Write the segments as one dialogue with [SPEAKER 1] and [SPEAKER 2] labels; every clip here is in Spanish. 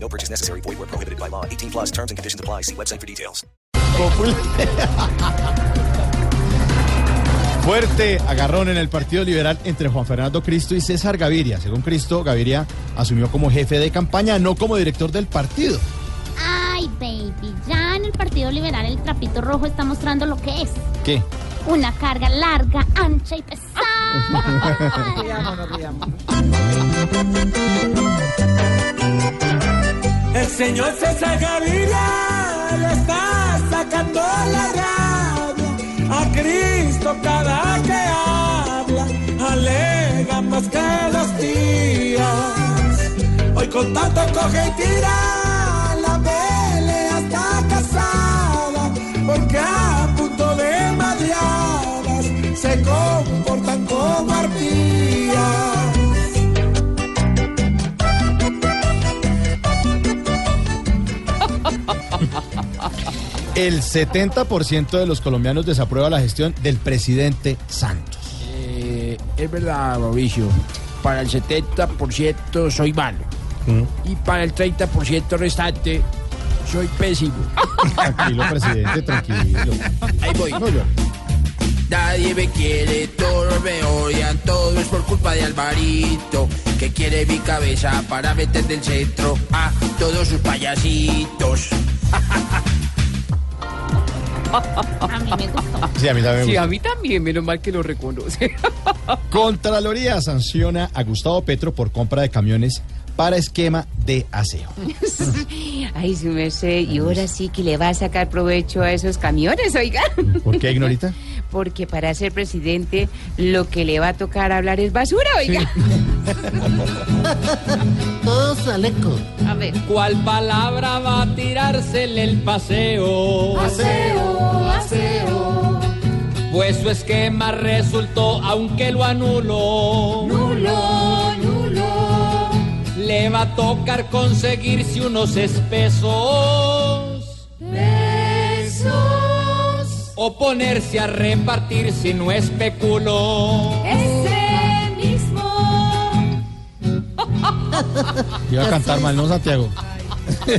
[SPEAKER 1] No purchase necessary. Void where prohibited by law. 18 plus terms and conditions apply. See website for details.
[SPEAKER 2] Fuerte agarrón en el Partido Liberal entre Juan Fernando Cristo y César Gaviria. Según Cristo, Gaviria asumió como jefe de campaña, no como director del partido.
[SPEAKER 3] Ay, baby, ya en el Partido Liberal el trapito rojo está mostrando lo que es.
[SPEAKER 2] ¿Qué?
[SPEAKER 3] Una carga larga, ancha y pesada.
[SPEAKER 4] El señor César Gaviria le está sacando la rabia a Cristo cada que habla, alega más que los días. Hoy con tanto coge y tira, la pelea está casada, porque a punto de madriadas se comportan como arpías.
[SPEAKER 2] El 70% de los colombianos desaprueba la gestión del presidente Santos.
[SPEAKER 5] Eh, es verdad, Mauricio. Para el 70% soy malo. Y para el 30% restante, soy pésimo.
[SPEAKER 2] Tranquilo, presidente, tranquilo.
[SPEAKER 5] Ahí voy. Nadie me quiere, todos me odian, todo es por culpa de Alvarito, que quiere mi cabeza para meter del centro a todos sus payasitos.
[SPEAKER 3] A mí me gustó.
[SPEAKER 2] Sí, a mí también. me
[SPEAKER 6] Sí,
[SPEAKER 2] gusta.
[SPEAKER 6] a mí también, menos mal que lo reconoce.
[SPEAKER 2] Contraloría sanciona a Gustavo Petro por compra de camiones para esquema de aseo.
[SPEAKER 7] Ay, su merced, y ahora sí que le va a sacar provecho a esos camiones, oiga.
[SPEAKER 2] ¿Por qué, Ignorita?
[SPEAKER 7] Porque para ser presidente, lo que le va a tocar hablar es basura, oiga. A ver.
[SPEAKER 4] ¿Cuál palabra va a tirársele el paseo? Paseo, paseo. Pues su esquema resultó, aunque lo anuló. Nulo, nulo. Le va a tocar conseguirse unos espesos. Pesos. O ponerse a repartir si no especuló. Ese mismo.
[SPEAKER 2] Iba a cantar mal, ¿no, Santiago?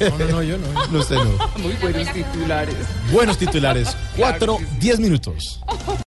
[SPEAKER 2] No, no, no, yo no. No, usted no.
[SPEAKER 6] Muy buenos titulares.
[SPEAKER 2] Buenos titulares. Cuatro, diez minutos.